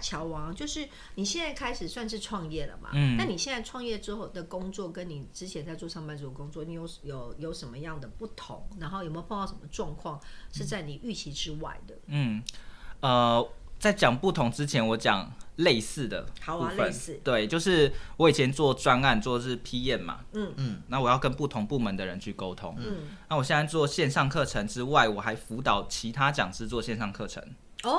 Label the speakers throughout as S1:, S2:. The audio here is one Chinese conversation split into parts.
S1: 乔王，啊就是你现在开始算是创业了嘛？
S2: 嗯
S1: 那你现在创业之后的工作，跟你之前在做上班族的工作，你有有有什么样的不同？然后有没有碰到什么状况是在你预期之外的？
S2: 嗯，呃，在讲不同之前，我讲类似的
S1: 好啊
S2: 部分
S1: 类似
S2: 对，就是我以前做专案做的是 PM 嘛，
S1: 嗯
S2: 嗯，那我要跟不同部门的人去沟通，
S1: 嗯，
S2: 那我现在做线上课程之外，我还辅导其他讲师做线上课程，
S1: 哦，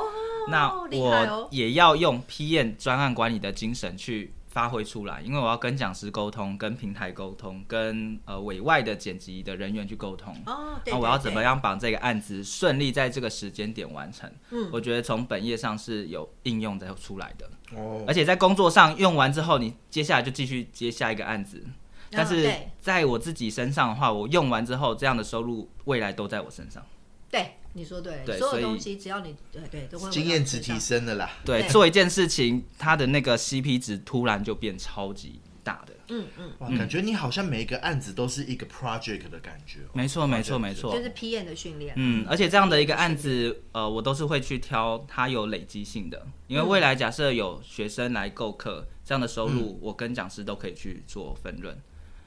S2: 那
S1: 厉害
S2: 我
S1: 哦，
S2: 也要用 PM 专案管理的精神去。发挥出来，因为我要跟讲师沟通、跟平台沟通、跟呃委外的剪辑的人员去沟通。
S1: 哦，对
S2: 那啊我要怎么？
S1: 对对
S2: 样把这个案子顺利在这个时间点完成？
S1: 嗯
S2: 我觉得从本业上是有应用才出来的，
S3: 哦，
S2: 而且在工作上用完之后，你接下来就继续接下一个案子。但是
S1: 啊嗯对
S2: 在我自己身上的话，我用完之后，这样的收入未来都在我身上。
S1: 对，你说对，
S2: 对
S1: 所
S2: 所
S1: 有
S2: 以
S1: 东西只要你对对都会回到
S3: 经验值
S1: 你身
S3: 提
S1: 上。
S3: 升了啦。
S2: 对，
S1: 对
S2: 做一件事情，它的那个 CP 值突然就变超级大的。
S1: 嗯嗯，
S3: 哇，感觉你好像每一个案子都是一个 project 的感觉哦。
S2: 没错，没错，没错
S1: 就。是 P N 的训练。
S2: 嗯，而且这样的一个案子，呃，我都是会去挑它有累积性的，因为未来假设有学生来购课，这样的
S3: 嗯
S2: 收入，我跟讲师都可以去做分润。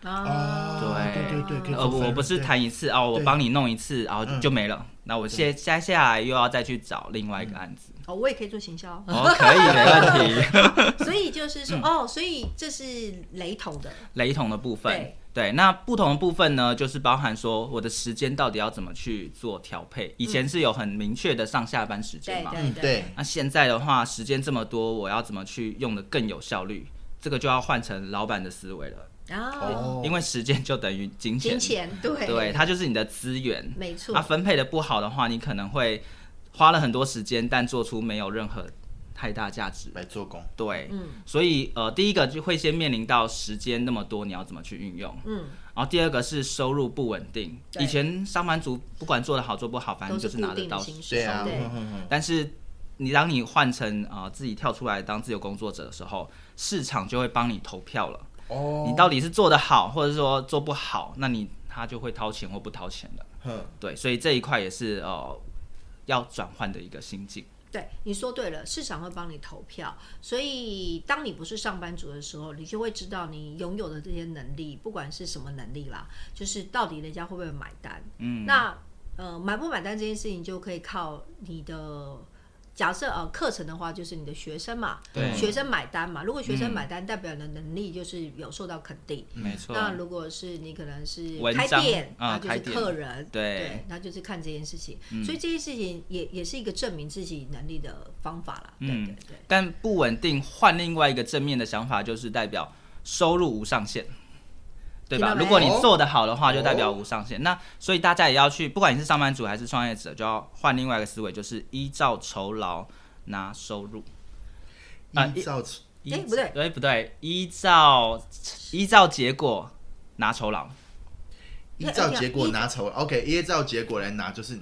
S1: 啊，
S2: 嗯
S3: 哦
S2: 对
S3: 对嗯对对可以
S2: 呃，
S3: 做分
S2: 我
S3: 润
S2: 不是
S3: 对
S2: 谈一次哦，我
S3: 对
S2: 帮你弄一次，然后
S3: 嗯
S2: 就没了。那我接接下来又要再去找另外一个案子。
S1: 哦，我也可以做行
S3: 嗯
S1: 销，
S2: 哦，可 以，没问题。
S1: 所以就是
S2: 嗯
S1: 说，哦，所以这是雷同的，
S2: 雷同的部分
S1: 对，
S2: 对，那不同的部分呢，就是包含说我的时间到底要怎么去做调配。以前是有很明确的上下班时间
S1: 对
S2: 嘛，
S1: 对
S3: 嗯，对，
S2: 那现在的话，时间这么多，我要怎么去用的更有效率？这个就要换成老板的思维了，
S1: 啊，
S3: 哦，
S2: 因为时间就等于金
S1: 金
S2: 钱，
S1: 钱，对
S2: 对，啊它就是你的资源。
S1: 没错
S2: 它、，分配的不好的话，你可能会花了很多时间，但做出没有任何太大价值。
S3: 来做工。
S2: 对，
S1: 嗯
S2: 所以呃，第一个就会先面临到时间那么多，你要怎么去运用？
S1: 嗯，
S2: 然后第二个是收入不稳定，
S1: 对
S2: 以前上班族不管做得好做不好，反
S1: 都
S2: 正就是拿
S1: 固
S2: 得
S1: 定的
S2: 到。
S1: 薪水，
S3: 对啊，
S1: 对
S3: 哼哼哼
S2: 但是你当你换成啊、呃自己跳出来当自由工作者的时候，市场就会帮你投票了。
S3: 哦，
S2: 你到底是做得好，或者说做不好，那你他就会掏钱或不掏钱了。
S3: 哼
S2: 对，所以这一块也是呃要转换的一个心境。
S1: 对，你说对了，市场会帮你投票，所以当你不是上班族的时候，你就会知道你拥有的这些能力，不管是什么能力啦，就是到底人家会不会买单。嗯，那呃，买不买单这件事情就可以靠你的。假设呃课程的话，就是你的学生嘛，
S2: 对嗯
S1: 学生买单嘛。如果学生买单，代表你的能力就是有受到肯定。
S2: 没错，
S1: 那如果是你可能是
S2: 文
S1: 开
S2: 章
S1: 店，
S2: 啊
S1: 那就
S2: 开
S1: 是
S2: 店
S1: 客人，
S2: 对嗯
S1: 对，那就是看这件事情。所以这件事情也也是一个证明自己能力的方法啦。对对
S2: 嗯
S1: 对，
S2: 但不稳定换另外一个正面的想法，就是代表收入无上限。对
S1: 听到
S2: 吧？
S1: 没哦
S2: 如果你做得好的话，就代表无上限。那所以大家也要去，不管你是上班族还是创业者，就要换另外一个思维，就是依照酬劳拿收入。啊
S3: 依照
S2: 依
S1: 哎不对
S2: 哎不对，依照依照结果拿酬劳，
S3: 依照结果
S1: 依
S3: 拿酬，OK，依照结果来拿就是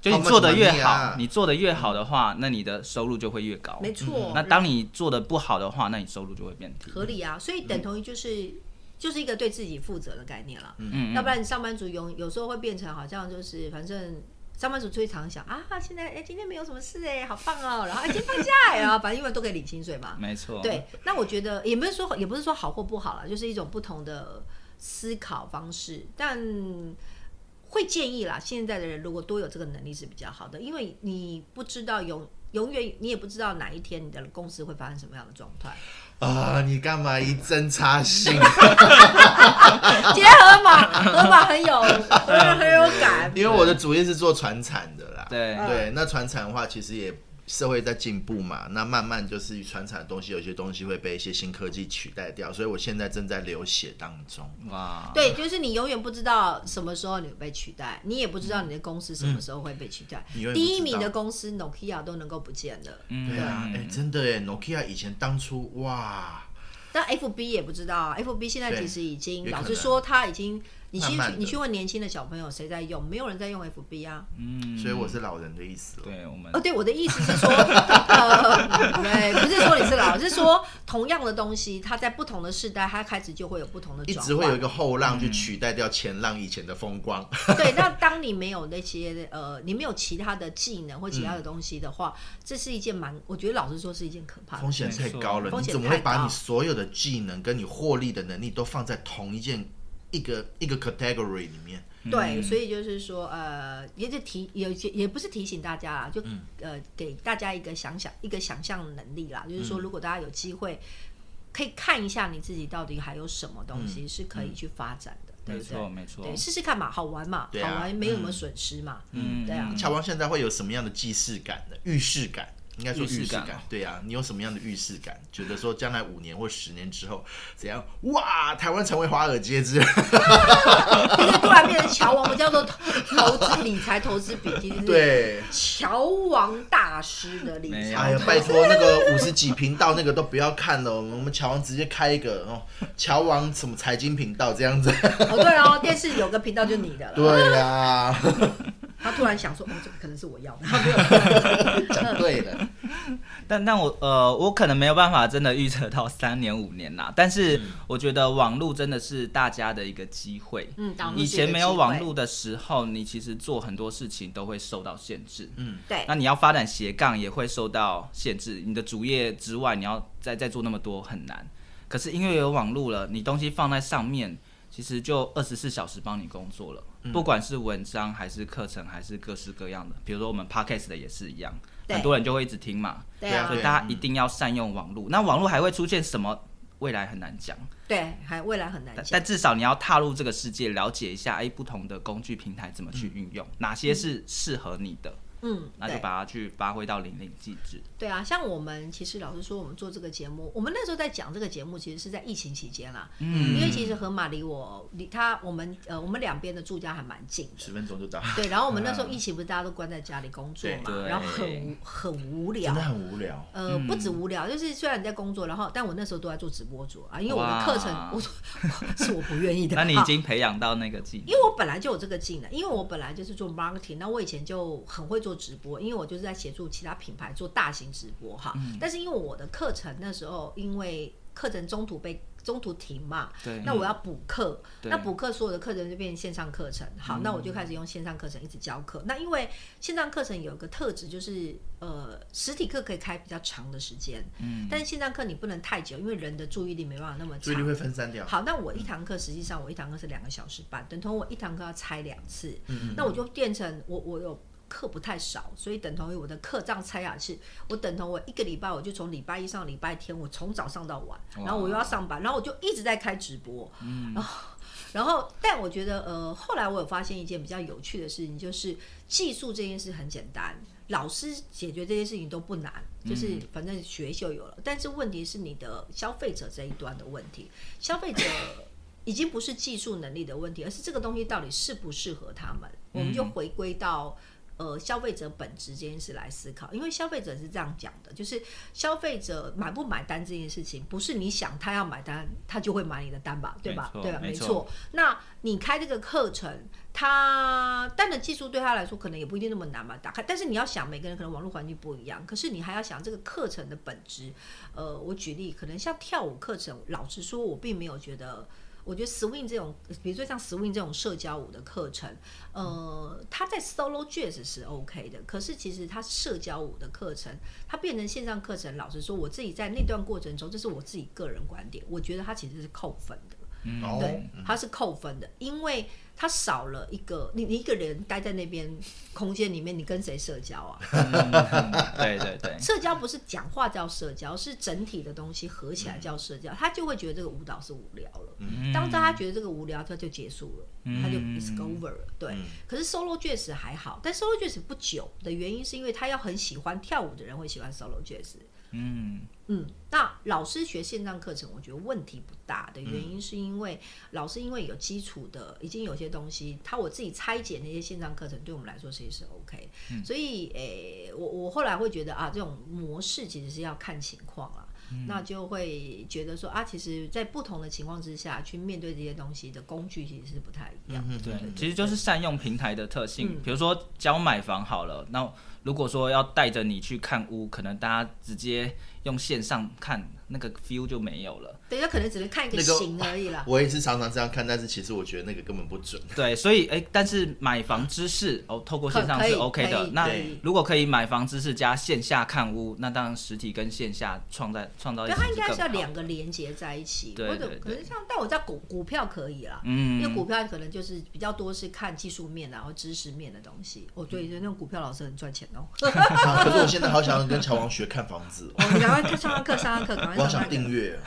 S2: 就你做的越
S1: 哦
S3: How much money
S2: 好，
S3: 啊
S2: 你做的越好的话，那你的收入就会越高。
S1: 没错。
S2: 嗯那当你做的不好的话，那你收入就会变低。
S1: 合理啊，所
S2: 嗯
S1: 以等同于就是、就是一个对自己负责的概念了。
S2: 嗯
S1: 要不然你上班族有有时候会变成好像就是反正。上班族最常想啊，现在哎、今天没有什么事哎、好棒哦，然后哎今天放假哎、然后反正因为都可以领薪水嘛，
S2: 没错，
S1: 啊对，那我觉得也不是说也不是说好或不好啦，就是一种不同的思考方式，但会建议啦，现在的人如果多有这个能力是比较好的，因为你不知道永永远你也不知道哪一天你的公司会发生什么样的状 态，
S3: 啊，你干嘛一 针插心？
S1: 结合嘛，合嘛很有
S3: 哎
S1: 很有感，
S3: 因为我的主业是做船产的啦。
S2: 对
S3: 对，那船产的话，其实也社会在进步嘛，那慢慢就是船产的东西，有些东西会被一些新科技取代掉，所以我现在正在流血当中。
S2: 嗯哇，
S1: 对，就是你永远不知道什么时候你会被取代，你也不知道你的公司什么时候会被取代。
S3: 嗯你永远不
S1: 第一
S3: 知
S1: 名的
S3: 道
S1: 公司 Nokia 都能够不见了，
S3: 对啊，哎、
S2: 嗯，
S3: 真的哎，Nokia 以前当初哇，
S1: 但 FB 也不知道啊，FB 现在
S3: 对
S1: 其实已经
S3: 也可
S1: 老
S3: 能
S1: 实说，它已经你去
S3: 慢慢地
S1: 你去问年轻的小朋友谁在用，没有人在用 FB 啊。
S2: 嗯，
S3: 所以我是老人的意思了。
S2: 对我们
S1: 哦，对，我的意思是说， 呃， 对，不是说你是老，是说同样的东西，它在不同的世代，它开始就会有不同的
S3: 一
S1: 转
S3: 直会有一
S1: 换。
S3: 个后浪去取代掉前浪以前的风光，
S1: 对，那当你没有那些呃，你没有其他的技能或其他的东西的话，这是一件蛮，我觉得老实说是一件可怕的
S3: 风。险太高了。
S1: 没错
S3: 你怎么会把你所有的技能跟你获利的能力都放在同一件一个一个 category 里面？
S2: 嗯
S1: 对，所以就是说，呃，也就提也也不是提醒大家啦，就、
S2: 嗯
S1: 呃给大家一个想想一个想象能力
S2: 嗯
S1: 啦，就是说，如果大家有机会，可以看一下你自己到底还有什么东西是可以去发展的，对
S2: 嗯没
S1: 不对？
S2: 错没错，
S1: 对，试试看嘛，好玩嘛，
S3: 对啊
S1: 好玩没有什么损失嘛，
S2: 嗯
S1: 对啊
S3: 乔王现在会有什么样的既视感呢？预示感，应该说
S2: 预示
S3: 预示
S2: 感
S3: 感
S2: 哦。
S3: 对啊，你有什么样的预示感？觉得说将来五年或十年之后怎样？哇，台湾成为华尔街之
S1: 就是突然变成乔王，我们叫做投 资理财投 资笔记，就是
S3: 对。
S1: 乔王大师的理
S2: 没有
S1: 财
S3: 哎呀，拜托，那个五十几频道那个都不要看了，我们我们乔王直接开一个哦，乔王什么财经频道这样子。
S1: 哦，对哦，电视有个频道就你的了。
S3: 对呀、
S1: 他突然想说，哦，这个可能是我 要的。
S3: 讲对了，
S2: 但但我呃，我可能没有办法真的预测到三年五年啦。但是我觉得网络真的是大家的一个机会。
S1: 嗯网络
S2: 以
S1: 是一个
S2: 前没
S1: 机
S2: 有
S1: 会
S2: 网络的时候，你其实做很多事情都会受到限制。嗯，
S1: 对
S2: 那你要发展斜杠也会受到限制，你的主业之外，你要再再做那么多很难。可是因为有网络了，你东西放在上面，其实就二十四小时帮你工作了。
S1: 嗯
S2: 不管是文章还是课程，还是各式各样的，比如说我们 podcast 的也是一样，
S1: 对
S2: 很多人就会一直听嘛。
S1: 对
S3: 对啊
S1: 啊
S2: 所以，大家一定要善用网络。那网络还会出现什么？未来很难讲，
S1: 对，还未来很难
S2: 但
S1: 讲。
S2: 但至少你要踏入这个世界，了解一下，哎，不同的工具平台怎么去运用，哪些是适合你的，
S1: 嗯，
S2: 那就
S1: 对
S2: 把它去发挥到淋漓尽致。
S1: 对啊，像我们其实老实说，我们做这个节目，我们那时候在讲这个节目，其实是在疫情期间啦。嗯，因为其实河马离我离他我们呃我们两边的住家还蛮近的。
S3: 十分钟就到，
S1: 对，然后我们 那时候疫情不是大家都关在家里工作
S2: 啊对
S1: 嘛，
S2: 对
S1: 然后很无很无聊
S3: 真的。很无聊。
S1: 呃，不止
S2: 嗯
S1: 无聊，就是虽然你在工作，然后但我那时候都在做直播主啊，因为我的课程
S2: 哇
S1: 我 是我不愿意的。
S2: 那你已
S1: 啊
S2: 经培养到那个技
S1: 因为我本来就有这个技能，因为我本来就是做 marketing，那我以前就很会做直播，因为我就是在协助其他品牌做大型直播哈。
S3: 嗯
S1: 但是因为我的课程那时候，因为课程中途被中途停嘛，
S2: 对
S1: 那我要补课，
S2: 对
S1: 那补课所有的课程就变成线上课程。好，
S3: 嗯
S1: 那我就开始用线上课程一直教课。那因为线上课程有一个特质就是，呃，实体课可以开比较长的时间，嗯，但是线上课你不能太久，因为人的注意力没办法那么长，
S3: 注意力会分散掉。
S1: 好，那我一堂课实际上我一堂课是两个小时半，等同我一堂课要拆两次，那我就变成我我有课不太少，所以等同于我的课这样拆下去，我等同我一个礼拜我就从礼拜一上礼拜天，我从早上到晚，然后我又要上班，然后我就一直在开直播，然后。 然后，但我觉得，呃，后来我有发现一件比较有趣的事情，就是技术这件事很简单，老师解决这些事情都不难，就是反正学就有了。但是问题是你的消费者这一端的问题，消费者已经不是技术能力的问题，而是这个东西到底适不适合他们。我
S2: 嗯
S1: 们就回归到。呃，消费者本质这件事来思考，因为消费者是这样讲的，就是消费者买不买单这件事情，不是你想他要买单，他就会买你的单吧，对吧
S2: 没？错
S1: 对吧？啊
S2: 没
S1: 没
S2: 错
S1: 错。那你开这个课程，他当然技术对他来说可能也不一定那么难嘛，打开。但是你要想，每个人可能网络环境不一样，可是你还要想这个课程的本质。呃，我举例，可能像跳舞课程，老实说，我并没有觉得。我觉得 swing 这种，比如说像 swing 这种社交舞的课程，呃，它在 solo jazz 是 OK 的，可是其实它社交舞的课程，它变成线上课程。老实说，我自己在那段过程中，这是我自己个人观点，我觉得它其实是扣分的。
S3: 哦
S1: 对，它是扣分的，因为它少了一个你，你一个人待在那边空间里面，你跟谁社交啊？
S2: 对对对，
S1: 社交不是讲话叫社交，是整体的东西合起来叫社交，他就会觉得这个舞蹈是无聊了。当他觉得这个无聊，他就结束了，他就 is over 了。对，可是 solo jazz 还好，但 solo jazz 不久的原因是因为他要很喜欢跳舞的人会喜欢 solo jazz。
S2: 嗯，
S1: 嗯，那老师学线上课程，我觉得问题不大的原因是因为、老师因为有基础的，已经有些东西，他我自己拆解那些线上课程，对我们来说其实是 OK、所以，诶、我我后来会觉得啊，这种模式其实是要看情况啦。那就会觉得说啊，其实，在不同的情况之下去面对这些东西的工具其实是不太一
S3: 嗯
S1: 样的。
S2: 对，其实就是善用平台的特性，比如说教买房好了，那如果说要带着你去看屋，可能大家直接用线上看，那个 feel 就没有了。
S1: 对，他可能只是看一个
S3: 那个
S1: 形而已啦。
S3: 我也是常常这样看，但是其实我觉得那个根本不准。
S2: 对，所以哎、但是买房知识哦，透过线上
S1: 可
S2: 是
S1: 以
S2: OK
S1: 可
S2: 的
S1: 以。
S2: 那
S1: 可以
S2: 如果可以买房知识加线下看屋，那当然实体跟线下创造创造一
S1: 对，
S2: 起
S1: 它应
S2: 是
S1: 该
S2: 更
S1: 是要
S2: 好。
S1: 两个连接在一起，
S2: 对
S1: 或者
S2: 对
S1: 可
S2: 对
S1: 能像，但我在股股票可以啦，
S2: 嗯
S1: 因为股票可能就是比较多是看技术面啊，然后知识面的东西。哦，对，那种股票老师很赚钱 哦。
S3: 啊可是我现在好想跟乔王学看房子哦，
S1: 我们赶快上上课，上上课，赶快
S3: 我好
S1: 上
S3: 想
S1: 上课。
S3: 订阅。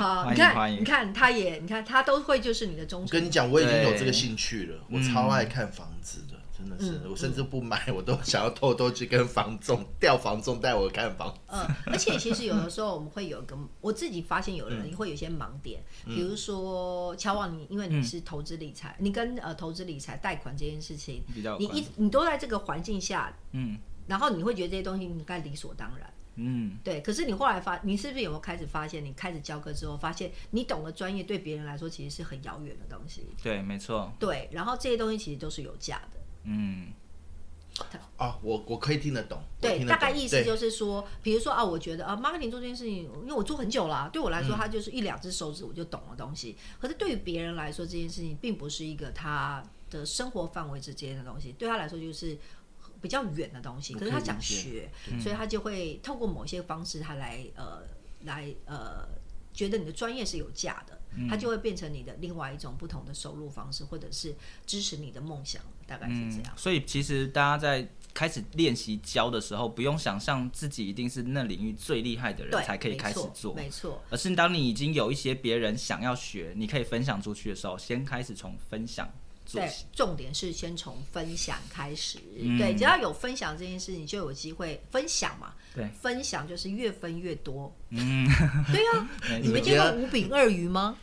S1: 好，
S2: 欢迎
S1: 你
S2: 欢
S1: 看，
S2: 迎
S1: 你看，他也，你看他都会就是你的忠
S3: 我
S1: 实
S3: 跟你讲，我已经有这个兴趣了，
S1: 嗯
S3: 我超爱看房子的，真的是，我甚至不买，我都想要偷偷去跟房仲调房仲带我看房。
S1: 嗯，而且其实有的时候我们会有一个，我自己发现有人会有一些盲点，
S2: 嗯
S1: 比如说乔旺，你因为你是投资理财，你跟呃投资理财贷款这件事情，
S2: 比较有
S1: 你
S2: 关
S1: 一你都在这个环境下，
S2: 嗯
S1: 然后你会觉得这些东西应该理所当然。
S2: 嗯，
S1: 对，可是你后来发，你是不是有没有开始发现，你开始教课之后，发现你懂的专业对别人来说其实是很遥远的东西？
S2: 对，没错，
S1: 对，然后这些东西其实都是有价的。
S2: 嗯
S3: 哦，我我可以听得懂，我
S1: 对，
S3: 听得
S1: 大
S3: 懂
S1: 概意思
S3: 对
S1: 就是说，比如说啊，我觉得啊，marketing 做这件事情，因为我做很久了啊、对我来说，它就是一两只手指我就懂的东西。可是对于别人来说，这件事情并不是一个他的生活范围之间的东西，对他来说就是比较远的东西。
S3: 我
S1: 可是
S3: 可以
S1: 他想
S3: 理解
S1: 学，所以他就会透过某些方式，他来呃来呃，觉得你的专业是有价的，他就会变成你的另外一种不同的收入方式，或者是支持你的梦想，大概是这样
S2: 嗯。，所以其实大家在开始练习教的时候，不用想象自己一定是那领域最厉害的嗯人
S1: 对，
S2: 才可以
S1: 没
S2: 开始
S1: 错
S2: 做，
S1: 没错。
S2: 而是当你已经有一些别人想要学，你可以分享出去的时候，先开始从分享做
S1: 对
S2: 起。，
S1: 重点是先从分享开始。
S2: 嗯
S1: 对，只要有分享这件事，你就有机会分享嘛。
S2: 对
S1: 分享就是越分越多。嗯，对啊，
S2: 没
S1: 你们
S3: 错
S1: 见过五饼二鱼吗？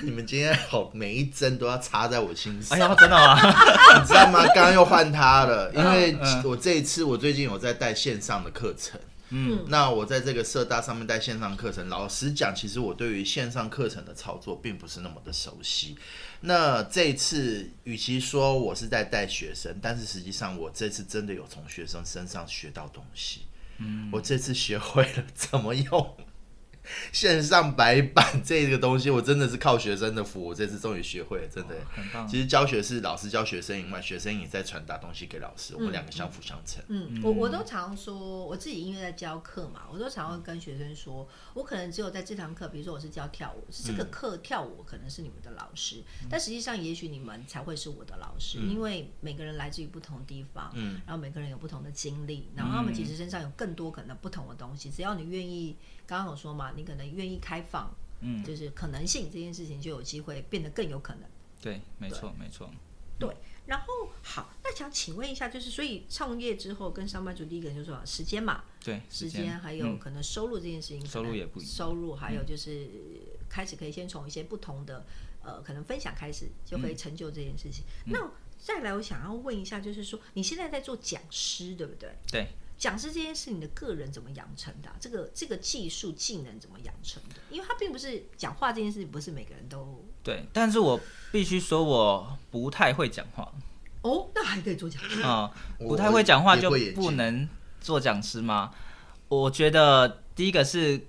S3: 你们今天好，每一针都要插在我心上
S2: 哎。呦，真的 吗？
S3: 你知道 吗？刚刚又换他了，因为我这一次我最近有在带线上的课程。嗯，那我在这个社大上面带线上课程，老实讲，其实我对于线上课程的操作并不是那么的熟悉。那这一次，与其说我是在带学生，但是实际上我这次真的有从学生身上学到东西。嗯，我这次学会了怎么用线上白板这个东西，我真的是靠学生的福，我这次终于学会了，真的。
S2: 很
S1: 嗯
S2: 棒。
S3: 其实教学是老师教学生以外，学生也在传达东西给老师，我们两个相辅相成。
S1: 嗯，我我都常说，我自己因为在教课嘛，我都常会跟学生说，我可能只有在这堂课，比如说我是教跳舞，是这个课跳舞可能是你们的老师，但实际上也许你们才会是我的老师，因为每个人来自于不同的地方，
S3: 嗯
S1: 然后每个人有不同的经历，然后他们其实身上有更多可能不同的东西，只要你愿意，刚刚我说嘛，你可能愿意开放，
S2: 嗯，
S1: 就是可能性这件事情就有机会变得更有可能。
S2: 对，没错，没错。
S1: 对，然后好，那想请问一下，就是所以创业之后跟上班族第一个就是说时间嘛，
S2: 对，
S1: 时间还有
S2: 嗯
S1: 可能收入这件事情可能，
S2: 收入也不一样嗯
S1: 收入还有就是开始可以先从一些不同的呃可能分享开始，就
S2: 嗯
S1: 可以成就这件事情。那再来，我想要问一下，就是说你现在在做讲师，对不对？
S2: 对。
S1: 讲师这件事，你的个人怎么养成的啊、这个这个技术技能怎么养成的？因为它并不是讲话这件事情，不是每个人都
S2: 对，但是我必须说，我不太会讲话
S1: 哦，那还可以做讲师。
S2: 啊、
S3: 我
S2: 不太会讲话
S3: 也
S2: 就
S3: 会演技
S2: 不能做讲师吗？我觉得第一个是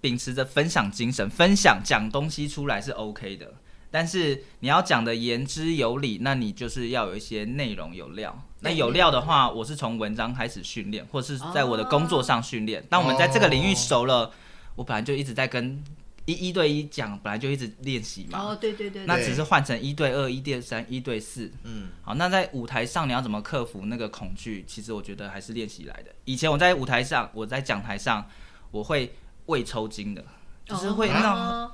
S2: 秉持着分享精神，分享讲东西出来是 OK 的，但是你要讲的言之有理，那你就是要有一些内容有料。那有料的话，我是从文章开始训练，或是在我的工作上训
S3: 哦
S2: 练。当我们在这个领域熟了，我本来就一直在跟一一对一讲，本来就一直练习嘛。
S1: 哦，对对对对，
S2: 那只是换成一对二、一对三、一对四。
S3: 嗯，
S2: 好，那在舞台上你要怎么克服那个恐惧？其实我觉得还是练习来的。以前我在舞台上，我在讲台上，我会胃抽筋的，就是会那种
S1: 哦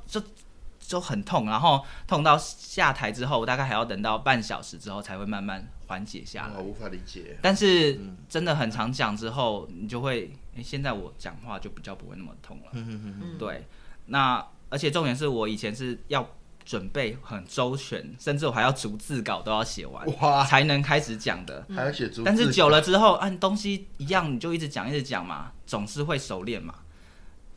S2: 就很痛，然后痛到下台之后，我大概还要等到半小时之后才会慢慢缓解下来。
S3: 我无法理解。
S2: 但是
S3: 嗯
S2: 真的很常讲之后，你就会，诶现在我讲话就比较不会那么痛了。
S3: 嗯
S2: 对，那而且重点是我以前是要准备很周全，甚至我还要逐字稿都要写完，
S3: 哇，
S2: 才能开始讲的。
S1: 嗯
S3: 还要写逐字稿，
S2: 但是久了之啊后，按、东西一样，你就一直讲一直讲嘛，总是会熟练嘛。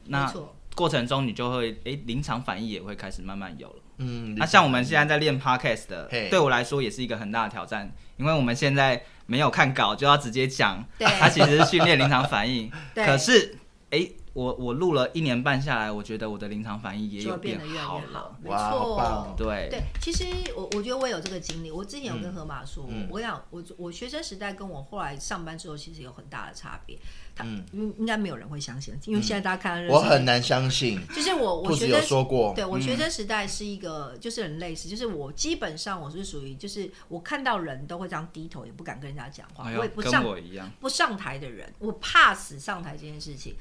S2: 那
S1: 没错
S2: 过程中你就会诶临场反应也会开始慢慢有了。
S3: 嗯，
S2: 那、
S1: 啊
S2: 像我们现在在练 podcast 的
S3: 嘿，
S2: 对我来说也是一个很大的挑战，因为我们现在没有看稿就要直接讲，
S1: 对
S2: 它其实是训练临场反应。
S1: 对
S2: 可是诶，我我录了一年半下来，我觉得我的临场反应也
S1: 就
S2: 有
S1: 会变得越来
S2: 好
S1: 越好
S2: 了。，
S1: 没
S3: 哇好棒哦
S1: 错。
S2: 对
S1: 对，其实我我觉得我有这个经历，我之前有跟河马说，
S3: 嗯
S1: 我想我我学生时代跟我后来上班之后其实有很大的差别，他、
S3: 嗯
S1: 应应该没有人会相信，因为现在大家看到、
S3: 我很，难相信，
S1: 就是我我
S3: 兔子
S1: 学
S3: 有
S1: 生
S3: 说过，嗯
S1: 对我学生时代是一个，就是很类似，就是我基本上我是属于，就是我看到人都会这样低头，也不敢跟人家讲话，
S2: 哎
S1: 我
S2: 呦
S1: 也，不
S2: 跟
S1: 上
S2: 我一样。
S1: 不上台的人，我怕死上台这件事情。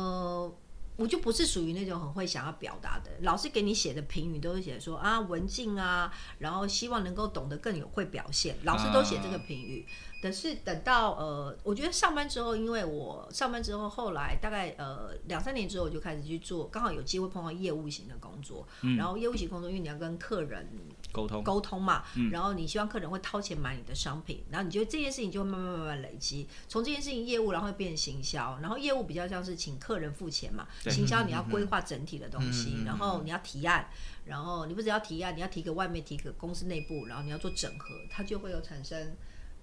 S1: 呃，我就不是属于那种很会想要表达的人。老师给你写的评语都是写说啊文静啊，然后希望能够懂得更有会表现，老师都写这个评语。但是等到呃，我觉得上班之后，因为我上班之后，后来大概呃两三年之后，我就开始去做，刚好有机会碰到业务型的工作。然后业务型工作，因为你要跟客人
S2: 沟通，
S1: 沟通嘛，
S3: 嗯
S1: 然后你希望客人会掏钱买你的商品，然后你觉得这件事情就会慢慢慢慢累积，从这件事情业务然后会变成行销，然后业务比较像是请客人付钱嘛，
S2: 对
S1: 行销你要规划整体的东西，
S3: 嗯嗯嗯
S1: 然后你要提案，然后你不只要提案，你要提给外面，提给公司内部，然后你要做整合，它就会有产生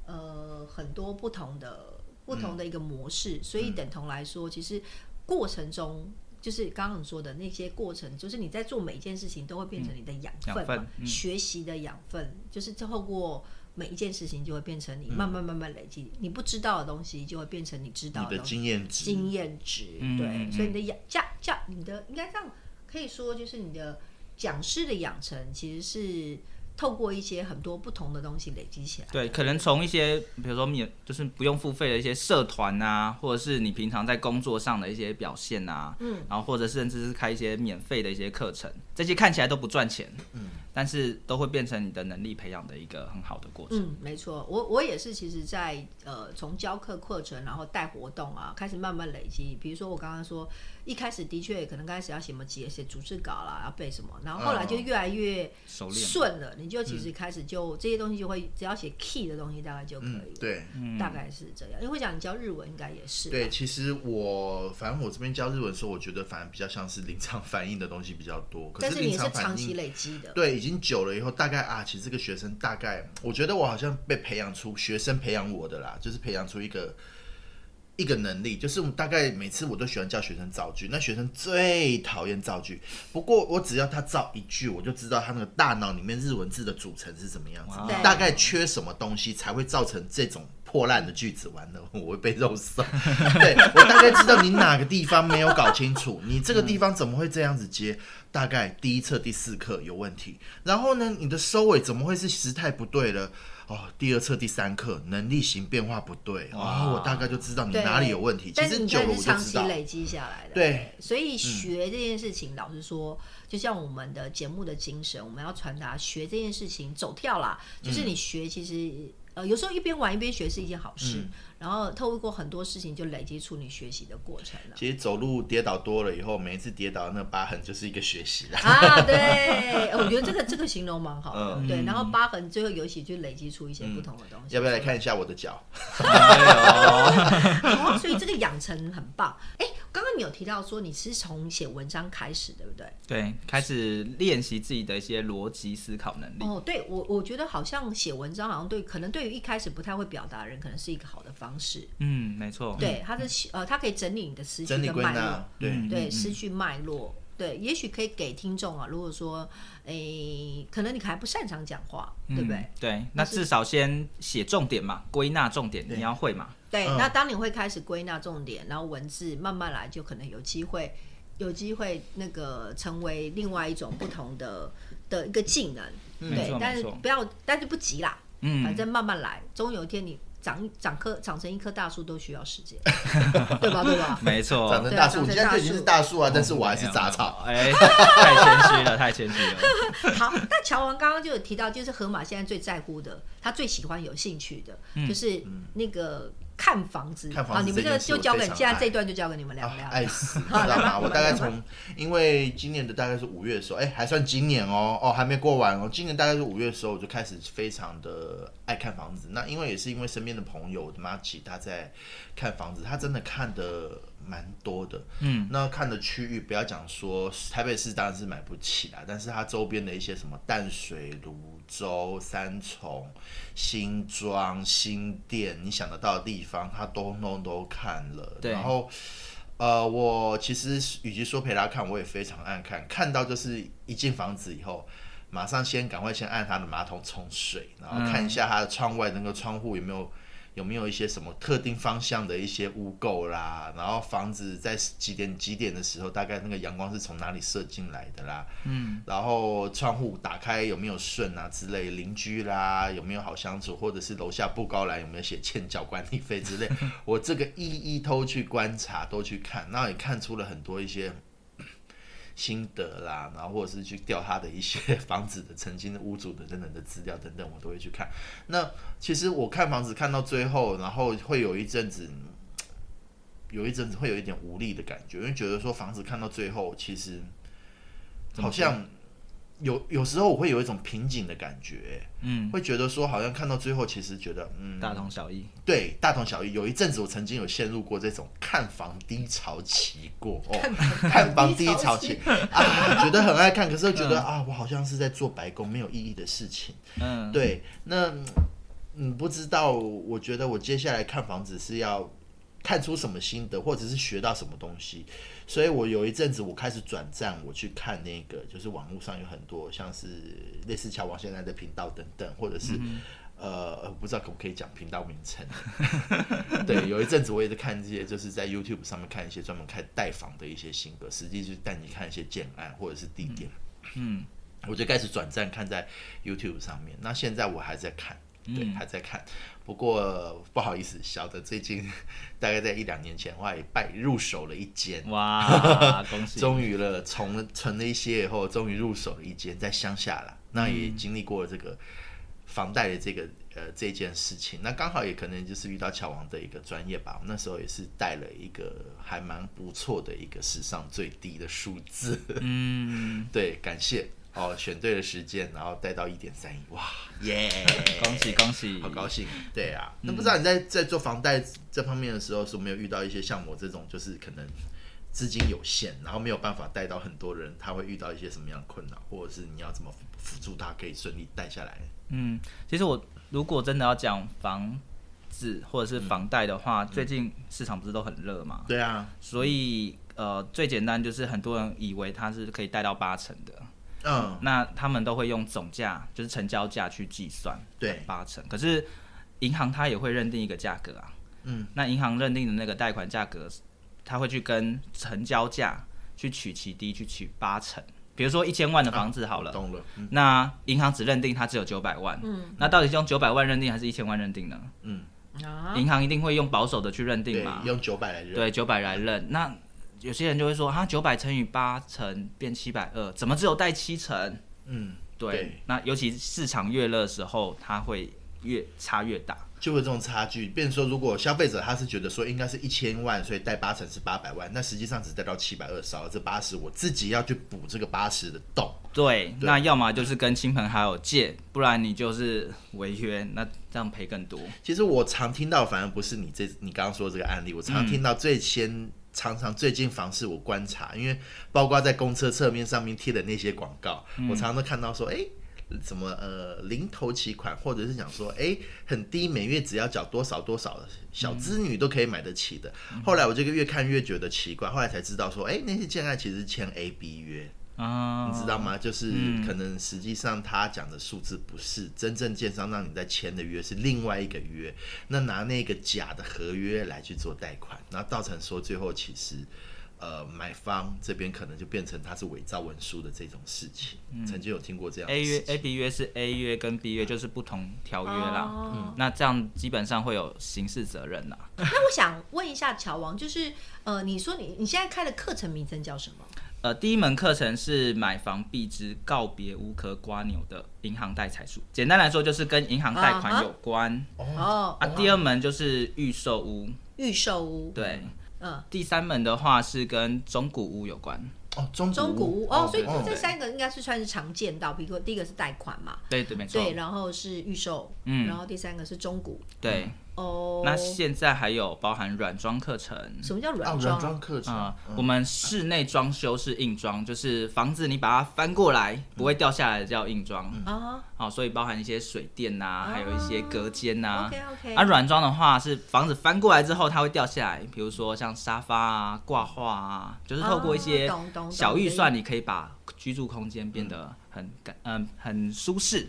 S1: 呃很多不同的不同
S2: 嗯
S1: 的一个模式，所以等同来说，其实过程中。就是刚刚你说的那些过程，就是你在做每一件事情都会变成你的养分嘛，
S2: 养分嗯
S1: 学习的养分，就是透过每一件事情就会变成你
S2: 嗯
S1: 慢慢慢慢累积，你不知道的东西就会变成你知道
S3: 你的
S1: 东西
S3: 经验值，
S1: 经验值，
S2: 嗯
S1: 对，
S2: 嗯嗯
S1: 所以你的养价价，你的应该这样可以说，就是你的讲师的养成其实是透过一些很多不同的东西累积起来。
S2: 对，可能从一些比如说免，就是不用付费的一些社团啊，或者是你平常在工作上的一些表现啊，嗯，然后或者甚至是开一些免费的一些课程，这些看起来都不赚钱，嗯，但是都会变成你的能力培养的一个很好的过程。
S1: 嗯，没错，我我也是，其实在，呃从教课课程，然后带活动啊，开始慢慢累积。比如说我刚刚说，一开始的确可能刚开始要写什么节、写逐字稿啦，要背什么，然后后来就越来越
S2: 熟练，
S1: 顺了，你就其实开始就、这些东西就会，只要写 key 的东西大概就可
S3: 嗯
S1: 以，了，
S3: 对
S1: 大概是这样。因为我想你教日文应该也是吧，啊
S3: 对，其实我反正我这边教日文的时候，我觉得反而比较像是临场反应的东西比较多，可
S1: 但是你
S3: 临
S1: 也是
S3: 场
S1: 长
S3: 反
S1: 期
S3: 应。
S1: 累积的，
S3: 对，已经久了以后，大概啊，其实这个学生大概，我觉得我好像被培养出学生培养我的啦，就是培养出一个一个能力，就是我们大概每次我都喜欢叫学生造句，那学生最讨厌造句，不过我只要他造一句，我就知道他那个大脑里面日文字的组成是什么样子
S2: 哇，
S1: 对
S3: 大概缺什么东西才会造成这种破烂的句子。完了， 我会被肉 搜。对我大概知道你哪个地方没有搞清楚，你这个地方怎么会这样子接？大概第一册、第四课有问题，然后呢，你的收尾怎么会是时态不对了？哦，第二册、第三课能力型变化不对，哦，我大概就知道你
S1: 对
S3: 哪里有问题。其
S1: 但是
S3: 实
S1: 你
S3: 久
S1: 看
S3: 了我
S1: 是
S3: 就
S1: 长
S3: 知
S1: 期
S3: 道，
S1: 累积下来的。
S3: 对，
S1: 所以学这件事情，老实说，就像我们的节目的精神，我们要传达学这件事情走跳啦，就是你学其实。呃，有时候一边玩一边学是一件好事，
S3: 嗯
S1: 然后透过很多事情就累积出你学习的过程 了。
S3: 其实走路跌倒多了以后，每一次跌倒的那疤痕就是一个学习啦。
S1: 啊，对，我觉得这个这个形容蛮好的，
S3: 嗯
S1: 对。然后疤痕最后尤其就累积出一些不同的东西。
S3: 要不要来看一下我的脚？
S1: 好 所以这个养成很棒。哎，刚刚你有提到说你是从写文章开始，对不对？
S2: 对，开始练习自己的一些逻辑思考能力。
S1: 哦，对我我觉得好像写文章，好像对，可能对于一开始不太会表达的人，可能是一个好的方式。
S2: 嗯，没错。，
S1: 对，他的呃，他可以整理你的思绪
S3: 整理
S1: 跟
S3: 归
S1: 脉
S3: 纳
S1: 络，，
S3: 对，
S2: 嗯
S1: 对，失去脉络。对，也许可以给听众啊，如果说，诶，可能你还不擅长讲话，对不对？
S2: 嗯？对，那至少先写重点嘛，归纳重点，你要会嘛。
S1: 对，
S3: 嗯
S1: 那当你会开始归纳重点，然后文字慢慢来，就可能有机会，有机会那个成为另外一种不同的的一个技能。
S2: 嗯没
S1: 对
S2: 错，
S1: 但
S2: 没
S1: 是
S2: 错。
S1: 不要，但是不急啦，
S2: 嗯
S1: 反正慢慢来，终有一天你长一长棵长成一棵大树都需要时 间，对吧？对吧？
S2: 没错，
S3: 长成
S1: 对
S3: 大
S1: 啊
S3: 树，
S1: 长成
S3: 你现在
S1: 大
S3: 就已经是
S1: 树
S3: 大树啊，但是我还是杂草。
S2: 哎，太谦虚了，太谦虚了。
S1: 好，那乔王刚刚就有提到，就是河马现在最在乎的，他最喜欢、有兴趣的，就是那个看房子。
S3: 嗯看房子
S1: 好，你们
S3: 这件事
S1: 就交给
S3: 我非常
S1: 现在
S3: 爱哎
S1: 这一段就交给你们聊聊。
S3: 啊爱 死，你知道吗？我大概从因为今年的大概是五月的时候，哎、还算今年哦，哦，还没过完哦。今年大概是五月的时候，我就开始非常的爱看房子。那因为也是因为身边的朋友，我的妈吉他在看房子，他真的看的蛮多的。嗯，那看的区域不要讲说台北市当然是买不起啦，但是它周边的一些什么淡水、泸州、三重、新庄、新店，你想得到的地方，它都弄都看了。
S2: 对
S3: 然后。呃，我其实与其说陪他看，我也非常爱看。看到就是一进房子以后，马上先赶快先按他的马桶冲水，然后看一下他的窗外那个窗户有没有有没有一些什么特定方向的一些污垢啦，然后房子在几点几点的时候，大概那个阳光是从哪里射进来的啦，嗯，然后窗户打开有没有顺啊之类，邻居啦有没有好相处，或者是楼下布告栏有没有写欠缴管理费之类，我这个一一都去观察，都去看，那也看出了很多一些 心得啦，然后或者是去调他的一些房子的曾经的屋主的等等的资料等等，我都会去看。那其实我看房子看到最后，然后会有一阵子，嗯有一阵子会有一点无力的感觉，因为觉得说房子看到最后，其实
S2: 怎么
S3: 好像有有时候我会有一种瓶颈的感觉，
S2: 嗯，
S3: 会觉得说好像看到最后，其实觉得嗯，
S2: 大同小异。
S3: 对，大同小异。有一阵子我曾经有陷入过这种看房低潮期过，哦，看房低潮期啊，觉得很爱看，可是又觉得、啊，我好像是在做白工，没有意义的事情。
S2: 嗯，
S3: 对，那嗯，不知道，我觉得我接下来看房子是要看出什么心得，或者是学到什么东西。所以我有一阵子我开始转战，我去看那个，就是网络上有很多像是类似乔王现在的频道等等，或者是、呃，呃不知道可不可以讲频道名称。 对，有一阵子我也在看这些，就是在 YouTube 上面看一些专门看带房的一些新歌，实际就是带你看一些建案或者是地点。嗯，我就开始转战看在 YouTube 上面。那现在我还在看，对，还在看。不过不好意思，小的最近 大概在一两年前，我也拜入手了一间。
S2: 哇，恭喜！
S3: 终于了，从存了一些以后，终于入手了一间在乡下啦。那也经历过了这个房贷的这个呃这件事情，那刚好也可能就是遇到乔王的一个专业吧。我那时候也是带了一个还蛮不错的一个史上最低的数字，
S2: 嗯，
S3: 对，感谢哦，选对了时间，然后带到一点三亿，哇，耶、
S2: 恭喜恭喜！
S3: 好高兴，对啊。那不知道你在在做房贷这方面的时候，是没有遇到一些像我这种，就是可能资金有限，然后没有办法贷到很多人，他会遇到一些什么样的困扰，或者是你要怎么辅辅助他可以顺利贷下来？
S2: 嗯，其实我如果真的要讲房子或者是
S3: 嗯
S2: 房贷的话，最近市场不是都很热嘛，
S3: 对啊，
S2: 所以呃，最简单就是很多人以为它是可以贷到八成的，
S3: 嗯，
S2: 那他们都会用总价就是成交价去计算
S3: 对，
S2: 八成，可是银行它也会认定一个价格啊，
S3: 嗯，
S2: 那银行认定的那个贷款价格，它会去跟成交价去取其低，去取八成。比如说一千万的房子好了，
S3: 懂了，嗯
S2: 那银行只认定它只有九百万，嗯，那到底是用九百万认定还是一千万认定呢？
S3: 嗯，
S1: 啊，
S2: 银行一定会用保守的去认定
S3: 对
S2: 嘛，，
S3: 用九百来认，
S2: 对，九百来认。那有些人就会说，啊，九百乘以八成变七百二，怎么只有贷七成？
S3: 嗯，
S2: 对，
S3: 对
S2: 那尤其市场越热的时候，它会越差越大。
S3: 就会有这种差距。变成说，如果消费者他是觉得说应该是一千万，所以贷八成是八百万，那实际上只贷到七百二，少了这八十，我自己要去补这个八十的洞。
S2: 对，
S3: 对
S2: 那要么就是跟亲朋好友借，不然你就是违约，那这样赔更多。
S3: 其实我常听到，反而不是你这你刚刚说的这个案例，我常听到最先、常常最近房市我观察，因为包括在公车侧面上面贴的那些广告，我常常都看到说，哎、什么呃零头期款，或者是讲说，哎、很低，每月只要缴多少多少，小资女都可以买得起的。后来我这个越看越觉得奇怪，后来才知道说，哎、那些建案其实签 A B 约，
S2: 啊、
S3: 你知道吗？就是
S2: 嗯
S3: 可能实际上他讲的数字不是真正建商让你在签的约，是另外一个约，那拿那个假的合约来去做贷款，然后造成说最后其实。呃，买方这边可能就变成他是伪造文书的这种事情，曾经有听过这样的
S2: 嗯 A
S3: 事
S2: 约、
S3: 情
S2: A B 约是 A 约跟 B 约就是不同条约啦。
S1: 哦
S3: 嗯
S2: 那这样基本上会有刑事责任啦。
S1: 那我想问一下乔王，就是呃，你说你你现在开的课程名称叫什么？
S2: 呃，第一门课程是买房必知告别无壳瓜牛的银行贷财术，简单来说就是跟银行贷
S1: 啊
S2: 款
S1: 哈
S2: 有关
S1: 哦，
S2: 啊。第二门就是预售屋，
S1: 预售屋。，
S2: 对。
S1: 嗯，
S2: 第三门的话是跟中古屋有关，
S3: 哦，中
S1: 中古屋哦，所以这
S3: 对
S1: 三个应该是算是常见到，比如说第一个是贷款嘛，
S2: 对对没错，
S1: 对，然后是预售，
S2: 嗯
S1: 然后第三个是中古，
S2: 对，
S1: 哦，
S2: 那现在还有包含软装课程
S1: 什么叫
S3: 啊，
S1: 软
S3: 软
S1: 装？
S3: 装课程
S2: 啊、
S3: 嗯
S2: 我们室内装修是硬装，就是房子你把它翻过
S1: 嗯
S2: 来不会掉下来的叫硬装。
S1: 啊
S2: 好、所以包含一些水电呐、还有一些隔间呐、
S1: ，OK OK，
S2: 啊，软装的话是房子翻过来之后它会掉下来，比如说像沙发啊、挂画啊，就是透过一些
S1: 哦懂懂懂
S2: 小预算，你可以把居住空间变得很感嗯很舒适。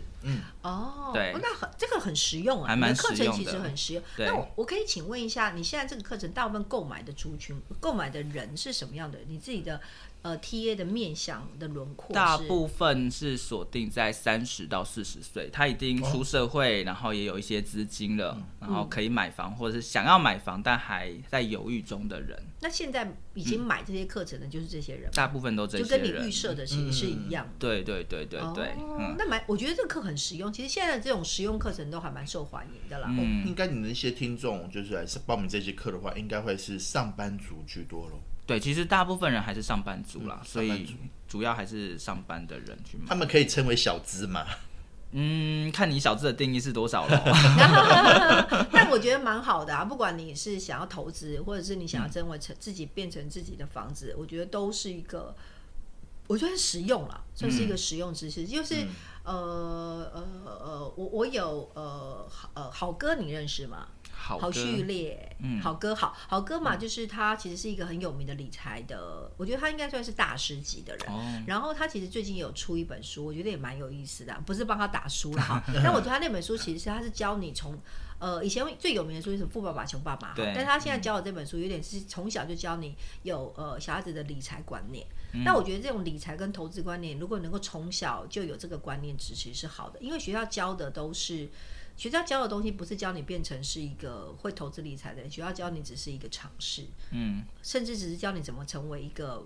S1: 哦，
S2: 对
S1: 那很这个很实用啊，
S2: 还
S1: 你
S2: 蛮
S1: 的课
S2: 实
S1: 程
S2: 用
S1: 其
S2: 的
S1: 实很实用。
S2: 对
S1: 那我我可以请问一下，你现在这个课程大部分购买的族群、购买的人是什么样的？你自己的呃 TA 的面向的轮廓是，
S2: 大部分是锁定在三十到四十岁，他已经出社会，然后也有一些资金了，
S1: 嗯
S2: 然后可以买房，或者是想要买房但还在犹豫中的人，
S1: 那现在已经买这些课程的就是这些人，
S2: 大部分都嗯这
S1: 就
S2: 些
S1: 跟你
S2: 人。
S1: 预设的其实是一样的。
S2: 对对对对对，
S1: 哦
S2: 嗯，，
S1: 那蛮，我觉得这个课很实用。其实现在的这种实用课程都还蛮受欢迎的啦。
S3: 哦
S2: 嗯
S3: 应该你的一些听众就是来报名这些课的话，应该会是上班族居多咯。
S2: 对，其实大部分人还是上班族啦，
S3: 嗯
S2: 所
S3: 上班族
S2: 以主要还是上班的人去买。
S3: 他们可以称为小 资嘛？
S2: 嗯，看你小资的定义是多 少了。
S1: 但我觉得蛮好的啊，不管你是想要投资，或者是你想要成为成自己变成自己的房子，我觉得都是一个，我觉得很实用了，算是一个实用知识。就是、呃呃呃，我我有呃好呃好哥，你认识吗？
S2: 好
S1: 好
S2: 歌嗯
S1: 序列，好哥好好哥嘛，就是他其实是一个很有名的理财的，我觉得他应该算是大师级的人。
S2: 哦
S1: 然后他其实最近有出一本书，我觉得也蛮有意思的啊，不是帮他打书了 哈。但我觉得他那本书其实是他是教你从呃以前最有名的书是《富爸爸穷爸爸》哈，
S2: 对嗯
S1: 但他现在教的这本书有点是从小就教你有呃小孩子的理财观念。
S2: 嗯
S1: 那我觉得这种理财跟投资观念，如果能够从小就有这个观念支持是好的，因为学校教的都是。学校教的东西不是教你变成是一个会投资理财的人，学校教你只是一个尝试，
S2: 嗯
S1: 甚至只是教你怎么成为一个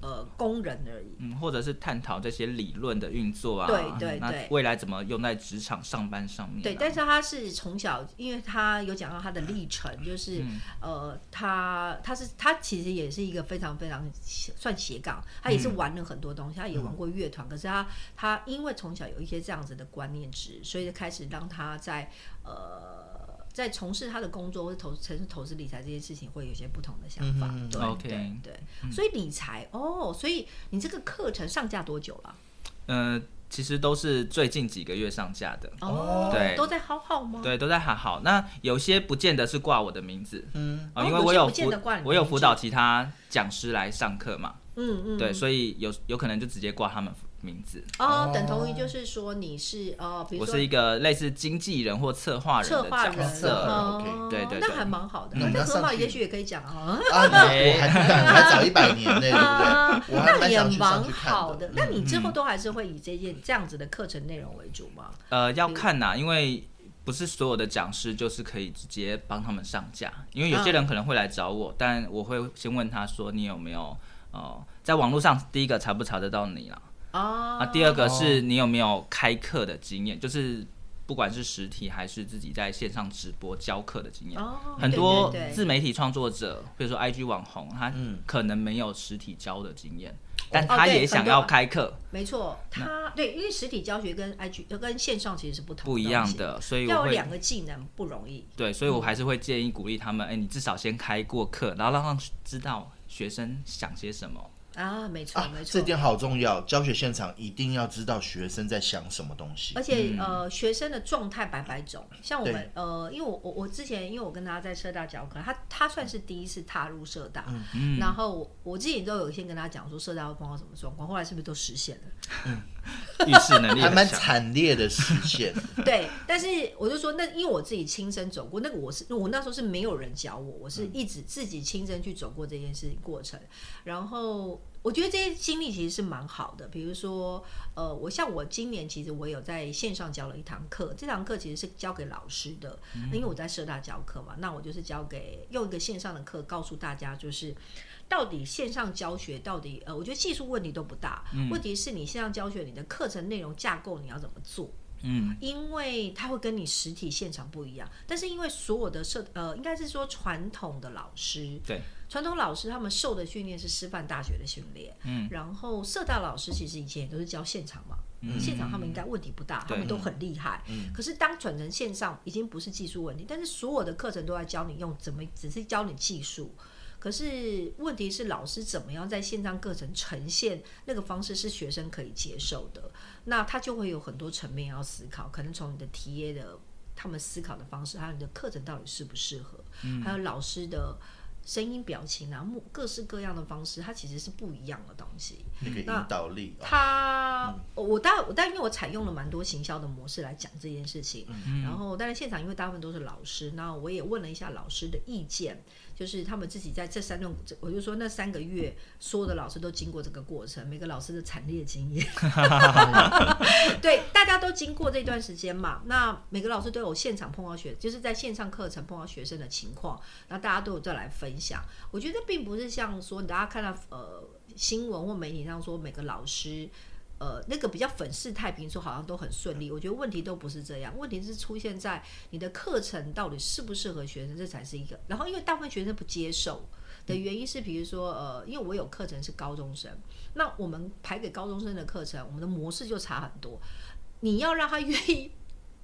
S1: 呃工人而已。
S2: 嗯，或者是探讨这些理论的运作啊，
S1: 对对对
S2: 那未来怎么用在职场上班上面啊、
S1: 对，但是他是从小，因为他有讲到他的历程，就是、
S2: 嗯
S1: 呃，他他是他其实也是一个非常非常斜算斜杠，他也是玩了很多东西，他也玩过乐团，可是他他因为从小有一些这样子的观念值，所以就开始让他在呃。在从事他的工作或者投从事投资理财这些事情，会有一些不同的想法。
S3: 嗯
S1: 对
S2: OK 嗯
S1: 对对，所以理财哦，所以你这个课程上架多久了？
S2: 呃，其实都是最近几个月上架的，
S1: 哦
S2: 对
S1: 都在浩浩吗？
S2: 对，都在还好。那有些不见得是挂我的名字，嗯，
S1: 哦
S2: 因为
S1: 有
S2: 我
S1: 些
S2: 有
S1: 不见
S2: 辅
S1: 得挂你的
S2: 我有
S1: 名
S2: 辅
S1: 字
S2: 导其他讲师来上课嘛，
S1: 嗯嗯。
S2: 对，所以有有可能就直接挂他们名字。
S1: 哦，等同于就是说你是呃，比如
S2: 我
S1: 说
S2: 是一个类似经纪人或策划人
S1: 策
S2: 的
S1: 划
S2: 角
S1: 人，
S2: 色，
S1: 哦
S3: ，OK，
S2: 对对对
S1: 那还蛮好的。
S3: 嗯
S1: 那
S3: 那
S1: 河马
S3: 上去
S1: 也许也可以讲啊，
S3: 啊，你我还不敢，我还早一百年呢，对
S1: 啊
S3: 不对？我还
S1: 那
S3: 蛮
S1: 也
S3: 想去上
S1: 蛮
S3: 去
S1: 好
S3: 看
S1: 的
S2: 嗯
S3: 的。。
S1: 那你之后都还是会以这件这样子的课程内容为主吗？
S2: 呃，要
S1: 比如
S2: 看呐、因为不是所有的讲师就是可以直接帮他们上架，因为有些
S1: 嗯
S2: 人可能会来找我，但我会先问他说你有没有呃，在网络上第一个查不查得到你啦，
S1: 啊
S2: 啊，第二个是你有没有开课的经验，就是不管是实体还是自己在线上直播教课的经验。
S1: 哦，
S2: 很多
S1: 对对对
S2: 自媒体创作者，比如说 IG 网红，他可能没有实体教的经验，但他
S1: 哦对
S2: 也想
S1: 很多
S2: 要开课，
S1: 没错，它对，因为实体教学跟 IG 跟线上其实是不同
S2: 不一样
S1: 的
S2: 的，所
S1: 东
S2: 以
S1: 西，要
S2: 我
S1: 有
S2: 会
S1: 两个技能不容易。
S2: 对，所以我还是会建议鼓励他们，哎、你至少先开过课，然后让他们知道学生想些 什么。
S1: 啊，没错
S3: 啊，
S1: 没错
S3: 这，点好重要，教学现场一定要知道学生在想什么东西
S1: 而。且、呃，学生的状态百百种，像我们
S3: 对
S1: 呃，因为我我我之前因为我跟他在社大教课，他他算是第一次踏入社大，然后我我自己都有先跟他讲说社大会碰到什么状况，后来是不是都实现了？
S2: 预示能力
S3: 还
S2: 很
S3: 蛮
S2: 强
S3: 惨烈的实 现，
S1: 对，但是我就说那因为我自己亲身走过，那个我是我那时候是没有人教我，我是一直自己亲身去走过这件事情过程，然后。我觉得这些经历其实是蛮好的，比如说，呃，我像我今年其实我有在线上教了一堂课，这堂课其实是教给老师的，因为我在社大教课嘛，那我就是教给用一个线上的课告诉大家，就是到底线上教学到底，呃，我觉得技术问题都不大，问题是你线上教学你的课程内容架构你要怎么做，因为它会跟你实体现场不一样，但是因为所有的社呃，应该是说传统的老师，
S2: 对，
S1: 传统老师他们受的训练是师范大学的训练，嗯，然后社大老师其实以前也都是教现场嘛，现场他们应该问题不大，他们都很厉害。可是当转成线上，已经不是技术问题，但是所有的课程都在教你用怎么，只是教你技术。可是问题是，老师怎么样在线上课程呈现那个方式是学生可以接受的，那他就会有很多层面要思考，可能从你的题业的他们思考的方式，还有你的课程到底适不适合，还有老师的声音、表情啊，目各式各样的方式，它其实是不一样的东西。
S3: 那个引导力啊，
S1: 他，我当我但因为我采用了蛮多行销的模式来讲这件事情，然后当然现场因为大部分都是老师，那我也问了一下老师的意见，就是他们自己在这三段，我就说那三个月所有的老师都经过这个过程，每个老师的惨烈经验，对，大家都经过这段时间嘛，那每个老师都有现场碰到学，就是在线上课程碰到学生的情况，然后大家都有再来分享，我觉得并不是像说大家看到呃。新闻或媒体上说每个老师，呃，那个比较粉饰太平，说好像都很顺利。我觉得问题都不是这样，问题是出现在你的课程到底适不适合学生，这才是一个。然后因为大部分学生不接受的原因是，比如说呃，因为我有课程是高中生，那我们排给高中生的课程，我们的模式就差很多。你要让他愿意，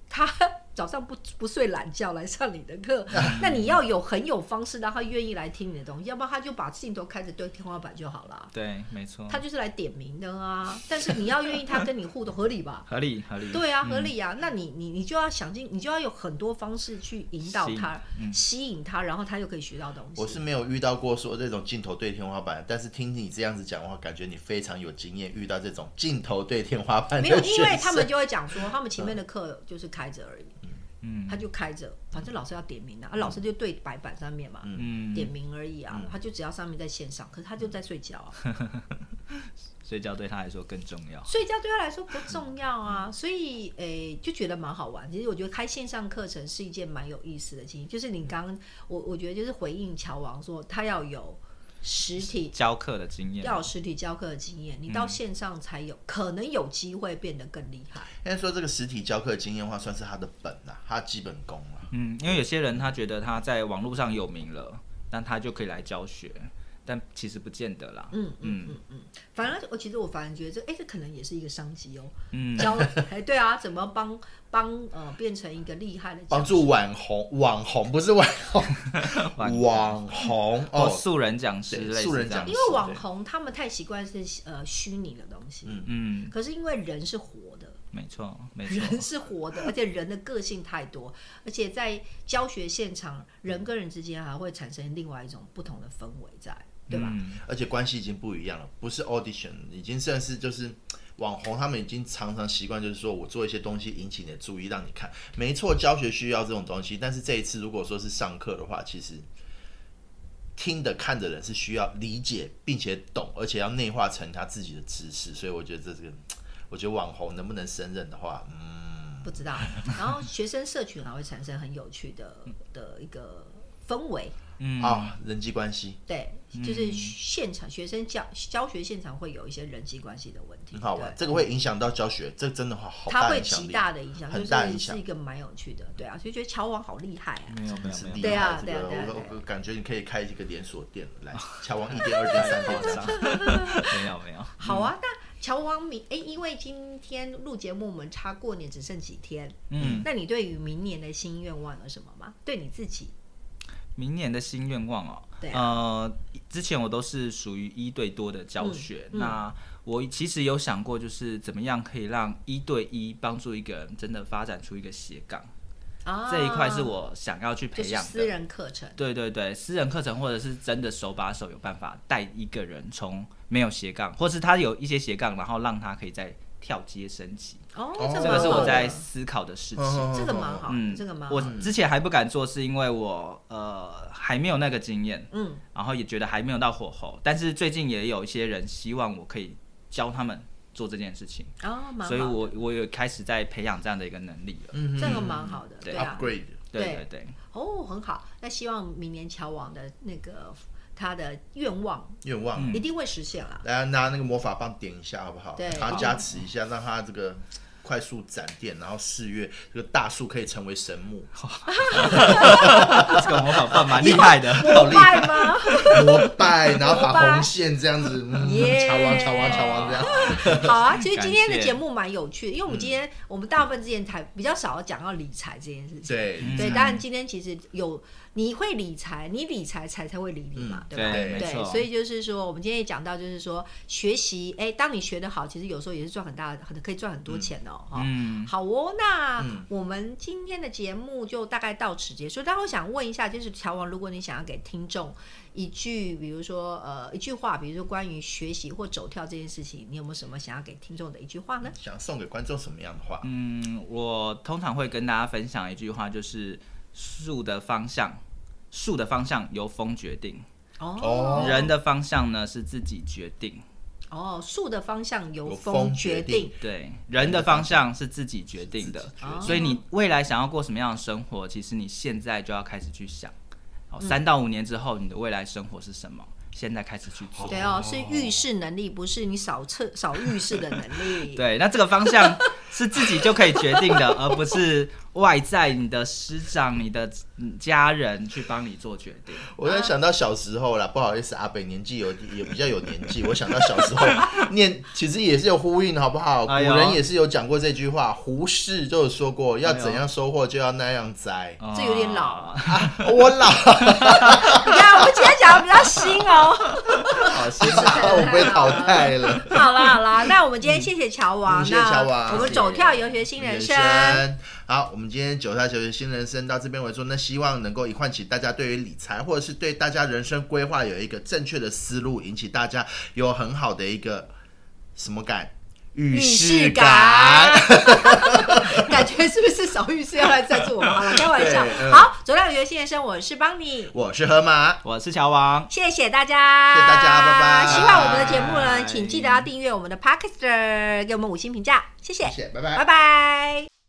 S1: 他 早上不不睡懒觉来上你的课，那你要有很有方式让他愿意来听你的东西，要不然他就把镜头开着对天花板就好了。
S2: 对，没错，
S1: 他就是来点名的啊。但是你要愿意他跟你互动，合理吧？
S2: 合理 合理。
S1: 对啊，合理啊。那你你你就要想尽，你就要有很多方式去引导他，吸引他，然后他又可以学到东西。
S3: 我是没有遇到过说这种镜头对天花板，但是听你这样子讲的话，感觉你非常有经验，遇到这种镜头对天花板
S1: 没
S3: 的
S1: 有，
S3: 学
S1: 因为
S3: 生
S1: 他们就会讲说，他们前面的课就是开着而已。
S2: 嗯
S1: 他就开着，反正老师要点名的、啊，老师就对白板上面嘛，
S2: 嗯，
S1: 点名而已啊，他就只要上面在线上，可是他就在睡觉啊。
S2: 睡觉对他来说更重要。
S1: 睡觉对他来说不重要啊，所以诶、就觉得蛮好玩。其实我觉得开线上课程是一件蛮有意思的经历，就是你刚我我觉得就是回应乔王说他要有实体。
S2: 教课的经验，
S1: 要有实体教课的经验，你到线上才有、可能有机会变得更厉害。
S3: 应该说这个实体教课经验的话，算是他的本啦、他的基本功啊啦、
S2: 嗯，因为有些人他觉得他在网络上有名了，那他就可以来教学，但其实不见得啦。
S1: 嗯嗯嗯嗯，反而我其实我反而觉得这哎、这可能也是一个商机哦。嗯，教 哎对啊，怎么帮帮呃变成一个厉害的
S3: 帮
S1: 教
S3: 助网红，网红不是网红，网红
S2: 哦，
S3: 哦，
S2: 素人讲师
S3: 对
S2: 类似
S3: 素人
S2: 这样
S3: 讲
S1: 因
S3: 师
S1: 为网红他们太习惯是呃虚拟的东西，
S2: 嗯，
S1: 可是因为人是活 的，
S2: 没错，没错，
S1: 人是活的，而且人的个性太多，而且在教学现场，人跟人之间还会产生另外一种不同的氛围在，对吧？
S2: 嗯
S3: 而且关系已经不一样了，不是 audition，已经算是就是网红，他们已经常常习惯就是说我做一些东西引起你的注意，让你看。没错，教学需要这种东西，但是这一次如果说是上课的话，其实听的看的人是需要理解并且懂，而且要内化成他自己的知识，所以我觉得这是个，我觉得网红能不能胜任的话，嗯，
S1: 不 知道。然后学生社群还会产生很有趣的的一个氛围，
S2: 嗯
S3: 啊、人际关系
S1: 对，
S3: 嗯
S1: 就是现场学生教教学现场会有一些人际关系的问题，
S3: 很好玩，
S1: 对
S3: 这个会影响到教学，这真的好好
S1: 它
S3: 大
S1: 会
S3: 影响
S1: 极
S3: 力，
S1: 大的影响，
S3: 很大
S1: 就是
S3: 影
S1: 是
S3: 响
S1: 一个蛮有趣的，对啊，所以觉得乔王好厉害啊。
S2: 没有没有
S3: 是
S2: 没有
S3: 厉
S1: 对啊
S3: 害，这
S1: 对啊
S3: 个
S1: 对啊
S3: 我
S1: 对啊
S3: 我我感觉你可以开一个连锁店来，乔王一店、二店、三店这样。
S2: 没有没有，
S1: 好啊，
S2: 嗯
S1: 那乔王明哎，因为今天录节目，我们差过年只剩几天，
S2: 嗯，
S1: 那你对于明年的新愿望有什么吗？对你自己，
S2: 明年的新愿望哦，
S1: 对啊
S2: 呃，之前我都是属于一对多的教学，
S1: 嗯嗯
S2: 那我其实有想过，就是怎么样可以让一对一帮助一个人真的发展出一个斜杠，
S1: 啊
S2: 这一块是我想要去
S1: 就
S2: 培
S1: 是
S2: 养
S1: 私
S2: 的。
S1: 人课程，
S2: 对对对，私人课程或者是真的手把手有办法带一个人从没有斜杠，或是他有一些斜杠，然后让他可以再跳阶升级，
S1: 哦，
S3: 哦
S1: 这
S2: 这
S1: 蛮
S2: 个是
S1: 好
S2: 我
S1: 的
S2: 在思考的事情。
S1: 这个蛮好，哦这个蛮好
S2: 我，之前还不敢做，是因为我呃还没有那个经验，
S1: 嗯，
S2: 然后也觉得还没有到火候。但是最近也有一些人希望我可以教他们做这件事情，
S1: 哦，蛮好
S2: 所以
S1: 的，
S2: 我嗯我有开始在培养这样的一个能力了。
S1: 这个蛮好的，对啊，
S3: ，upgrade
S2: 对
S1: 对
S2: 对对，
S1: 哦，很好，那希望明年乔王的那个他的愿望
S3: 愿望，
S2: 嗯
S1: 一定会实现啊啦。
S3: 大家拿那个魔法棒点一下好不好？
S1: 对
S3: 然后加持一下，让它这个快速展电，然后四月这个大树可以成为神木，
S2: 这个魔法棒蛮厉害的。
S3: 好厉 害，
S1: 快吗？
S3: 膜拜，然后
S1: 膜拜
S3: 把红线这样子，嗯
S1: 耶
S3: 乔王乔王乔王这样。
S1: 好啊，其实今天
S2: 感
S1: 的
S2: 谢
S1: 节目蛮有趣的，因为我们今天、我们大部分之前才比较少讲到理财这件事情。
S3: 对，
S1: 对，
S2: 嗯
S1: 当然今天其实有你会理财，你理财财才会理你嘛，
S2: 嗯
S1: 对吧？
S2: 对没错
S1: 所以就是说，我们今天也讲到，就是说学习，哎，当你学得好，其实有时候也是赚很大，很可以赚很多钱哦，哈、
S2: 嗯，
S1: 好哦，那
S3: 嗯
S1: 我们今天的节目就大概到此结束。但我想问一下，就是乔王，如果你想要给听众一句，比如说呃一句话，比如说关于学习或走跳这件事情，你有没有什么想要给听众的一句话呢？
S3: 想送给观众什么样的话？
S2: 嗯，我通常会跟大家分享一句话，就是树的方向，树的方向由风决定，
S1: 哦
S2: 人的方向呢是自己决定。
S1: 哦，树的方向由
S3: 由
S1: 风
S3: 风
S1: 决
S3: 决
S1: 定
S3: 定。
S2: 对，人的方向是自己决定的，
S1: 定
S2: 所以你未来想要过什么样的生活，其实你现在就要开始去想。好，三到五年之后，你的未来生活是什么？现在开始去做。
S1: 对哦，是预示能力，不是你少 测少预示的能 力。
S2: 对，那这个方向是自己就可以决定的，而不是外在你的师长、你的嗯家人去帮你做决定。
S3: 我在想到小时候啦，不好意思，阿北年纪有也比较有年纪，我想到小 时候念，其实也是有呼应，好不好？古
S2: 哎呦
S3: 人也是有讲过这句话，胡适就有说过，要怎样收获就要那样栽。
S1: 这有点老
S2: 啊，
S1: 哎
S3: 我老，
S1: 你看，我们今天讲的比较新哦。
S2: 好辛苦。
S3: 我被淘汰了。
S1: 好啦好啦，那我们今天谢谢乔王，
S3: 嗯谢谢乔王
S1: 那我们走跳游学 新人生。
S3: 好，我们今天九大求学新人生到这边为止。那希望能够一唤起大家对于理财或者是对大家人生规划有一个正确的思路，引起大家有很好的一个什么感？
S1: 浴
S3: 浴
S1: 室
S3: 室
S1: 感，感觉是不是小浴室要来赞助我们？好了，开玩笑
S3: 对。嗯
S1: 好，走跳游学新人生，我是邦尼。
S3: 我是河马。
S2: 我是乔王，
S1: 谢谢大家，
S3: 谢谢大家拜拜
S1: 希望我们的节目呢，请记得要订阅我们的 Podcaster，给我们五星评价，谢谢，
S3: 谢谢拜拜
S1: 拜拜。